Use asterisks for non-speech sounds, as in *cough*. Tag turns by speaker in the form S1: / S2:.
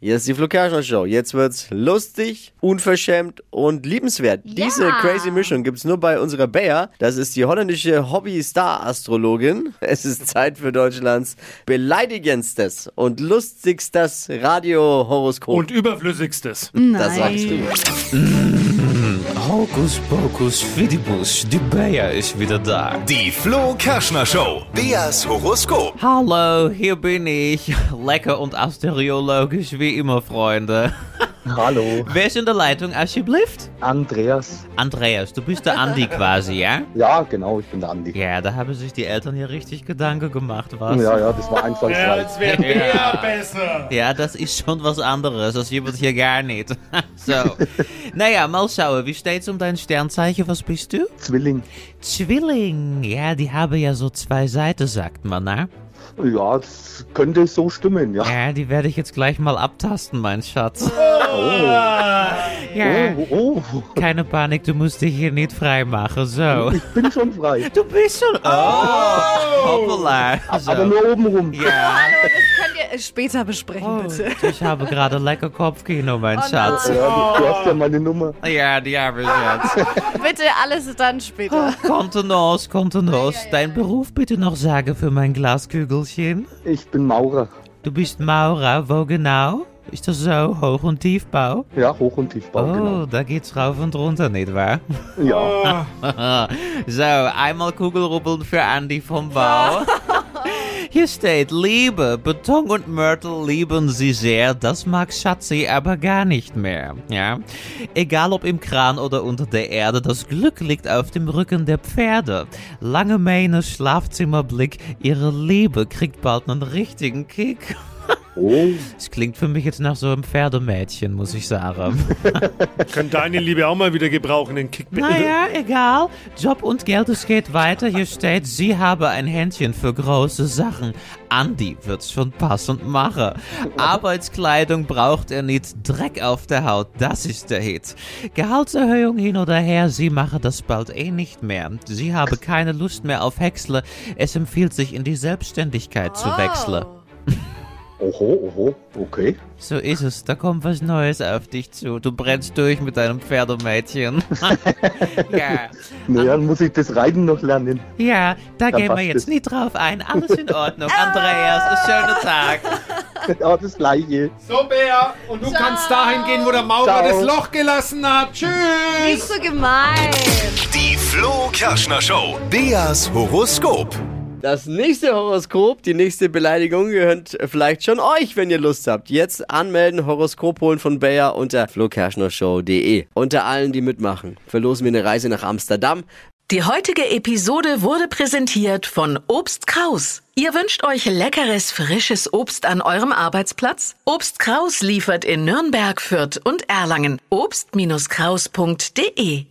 S1: Hier ist die Flo Kerschner Show. Jetzt wird's lustig, unverschämt und liebenswert.
S2: Ja.
S1: Diese crazy Mischung gibt's nur bei unserer Bea. Das ist die holländische Hobby-Star-Astrologin. *laughs* Es ist Zeit für Deutschlands beleidigendstes und lustigstes Radiohoroskop.
S3: Und überflüssigstes.
S1: das sagst du.
S4: Hocus Pocus Fidibus, die Bea ist wieder da.
S5: Die Flo Kerschner Show. Beas Horoskop.
S4: Hallo, hier bin *laughs* ich. Lecker und asteriologisch wie immer, Freunde.
S6: Hallo,
S4: Wer ist in der Leitung, alsjeblieft?
S6: Andreas.
S4: Andreas, du bist der Andi quasi, ja?
S6: Ja, genau, ich bin der Andi.
S4: Ja, da haben sich die Eltern hier richtig Gedanken gemacht, was?
S6: Ja, ja, das war einfach
S3: Ja,
S6: ja,
S3: es wäre eher besser.
S4: Ja, das ist schon was anderes. Das jemand hier gar *laughs* nicht. so. Naja, mal schauen. Wie steht's um dein Sternzeichen? Was bist du?
S6: Zwilling.
S4: Zwilling. Ja, die haben ja so zwei Seiten, sagt man, ne?
S6: Ja, das könnte so stimmen, ja.
S4: Ja, die werde ich jetzt gleich mal abtasten, mein Schatz. Ja,
S6: Oh, oh,
S4: keine Panik, du musst dich hier nicht freimachen, so.
S6: ich bin schon frei.
S4: Du bist schon... Oh! Hoppala.
S6: Aber
S4: So.
S6: nur oben rum.
S4: Ja,
S2: Könnt ihr später besprechen,
S4: Oh.
S2: bitte.
S4: ich habe gerade lecker Kopfkino, mein Schatz.
S6: Ja, du hast ja meine Nummer.
S4: Ja, die habe ich jetzt.
S2: Bitte alles dann
S4: Oh.
S2: später.
S4: Kontenance, Kontenance. Dein Beruf bitte noch sagen für mein Glaskügelchen.
S6: Ich bin Maurer.
S4: Du bist Maurer, wo genau? Ist das so? Hoch- und Tiefbau?
S6: Ja, Hoch- und Tiefbau,
S4: Oh,
S6: genau.
S4: da geht's rauf und runter, nicht wahr?
S6: Ja,
S4: *laughs* so, einmal Kugelrubbeln für Andy vom Bau. Hier steht, Liebe, Beton und Mörtel lieben sie sehr, das mag Schatzi aber gar nicht mehr. Ja? Egal ob im Kran oder unter der Erde, das Glück liegt auf dem Rücken der Pferde. Lange Mähne, Schlafzimmerblick, ihre Liebe kriegt bald einen richtigen Kick.
S6: oh,
S4: Es klingt für mich jetzt nach so einem Pferdemädchen, muss ich sagen.
S3: Kann deine Liebe auch mal wieder gebrauchen, den Kick.
S4: Naja, egal. Job und Geld, es geht weiter. Hier steht, sie habe ein Händchen für große Sachen. Andy wird's schon passend machen. Arbeitskleidung braucht er nicht. Dreck auf der Haut, das ist der Hit. Gehaltserhöhung hin oder her, sie mache das bald eh nicht mehr. Sie habe keine Lust mehr auf Häcksle. Es empfiehlt sich, in die Selbstständigkeit zu wechseln.
S6: oho, oho, okay.
S4: So ist es, da kommt was Neues auf dich zu. Du brennst durch mit deinem Pferdemädchen. *laughs* ja.
S6: Naja, dann muss ich das Reiten noch lernen. *laughs*
S4: Ja, da
S6: Dann
S4: gehen wir
S6: passt
S4: jetzt
S6: es.
S4: nicht drauf ein. Alles in Ordnung. Andreas, einen schönen Tag.
S6: Ja, das Gleiche.
S3: So, Bea, und du kannst dahin gehen, wo der Maurer
S6: Ciao.
S3: das Loch gelassen hat. Tschüss.
S2: Nicht so gemein.
S5: Die Flo Kerschner Show. Beas Horoskop.
S1: Das nächste Horoskop, die nächste Beleidigung gehört vielleicht schon euch, wenn ihr Lust habt. Jetzt anmelden, Horoskop holen von Bayer unter flokerschnershow.de. Unter allen, die mitmachen, verlosen wir eine Reise nach Amsterdam.
S7: Die heutige Episode wurde präsentiert von Obst Kraus. Ihr wünscht euch leckeres, frisches Obst an eurem Arbeitsplatz? Obst Kraus liefert in Nürnberg, Fürth und Erlangen. Obst-Kraus.de